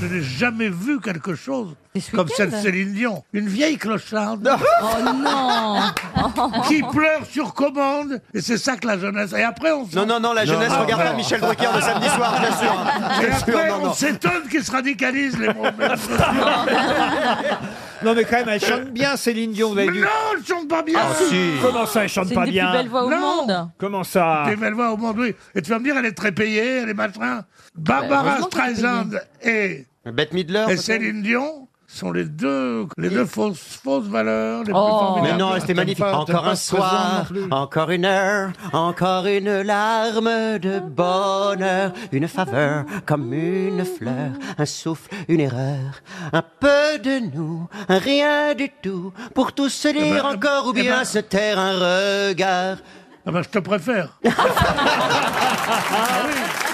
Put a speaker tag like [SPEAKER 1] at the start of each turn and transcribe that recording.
[SPEAKER 1] Je n'ai jamais vu quelque chose
[SPEAKER 2] C'est ce
[SPEAKER 1] comme
[SPEAKER 2] week-end
[SPEAKER 1] celle de Céline Dion. Une vieille clocharde
[SPEAKER 2] Oh non
[SPEAKER 1] qui pleure sur commande. Et c'est ça que la jeunesse. Et après, on s'en-
[SPEAKER 3] Non, non, Ah, non, la jeunesse
[SPEAKER 1] non,
[SPEAKER 3] regarde
[SPEAKER 1] non.
[SPEAKER 3] pas Michel Drucker le samedi soir, je t'assure. Je
[SPEAKER 1] Et
[SPEAKER 3] t'assure,
[SPEAKER 1] après,
[SPEAKER 3] non, Ah,
[SPEAKER 1] on
[SPEAKER 3] non.
[SPEAKER 1] s'étonne qu'ils se radicalisent, les bons. Mais
[SPEAKER 4] Non mais quand même, elle chante bien Céline Dion, vous avez dû...
[SPEAKER 1] non, ils ne chantent pas
[SPEAKER 3] Ah,
[SPEAKER 1] bien.
[SPEAKER 4] Comment ça, elle chante
[SPEAKER 2] C'est
[SPEAKER 4] pas
[SPEAKER 2] une des plus
[SPEAKER 4] bien
[SPEAKER 2] belles voix au
[SPEAKER 1] Non.
[SPEAKER 2] monde.
[SPEAKER 4] Comment ça
[SPEAKER 1] Des belles voix au monde, oui. Et tu vas me dire, elle est très payée, elle est machin. Barbara
[SPEAKER 2] Ben, heureusement qu'elle est
[SPEAKER 1] Streisand et,
[SPEAKER 3] Bette Midler
[SPEAKER 1] et
[SPEAKER 3] peut-être
[SPEAKER 1] Céline Dion sont les deux, les deux fausses, fausses valeurs les plus
[SPEAKER 2] Oh.
[SPEAKER 1] formidables.
[SPEAKER 3] Mais non, c'était magnifique. encore un soir, encore une heure, encore une larme de bonheur, une faveur comme une fleur, un souffle, une erreur, un peu de nous, un rien du tout, pour tous se lire
[SPEAKER 1] ben,
[SPEAKER 3] encore ou
[SPEAKER 1] eh
[SPEAKER 3] bien
[SPEAKER 1] ben-
[SPEAKER 3] se taire un regard.
[SPEAKER 1] Ah ben, je te préfère. Ah oui.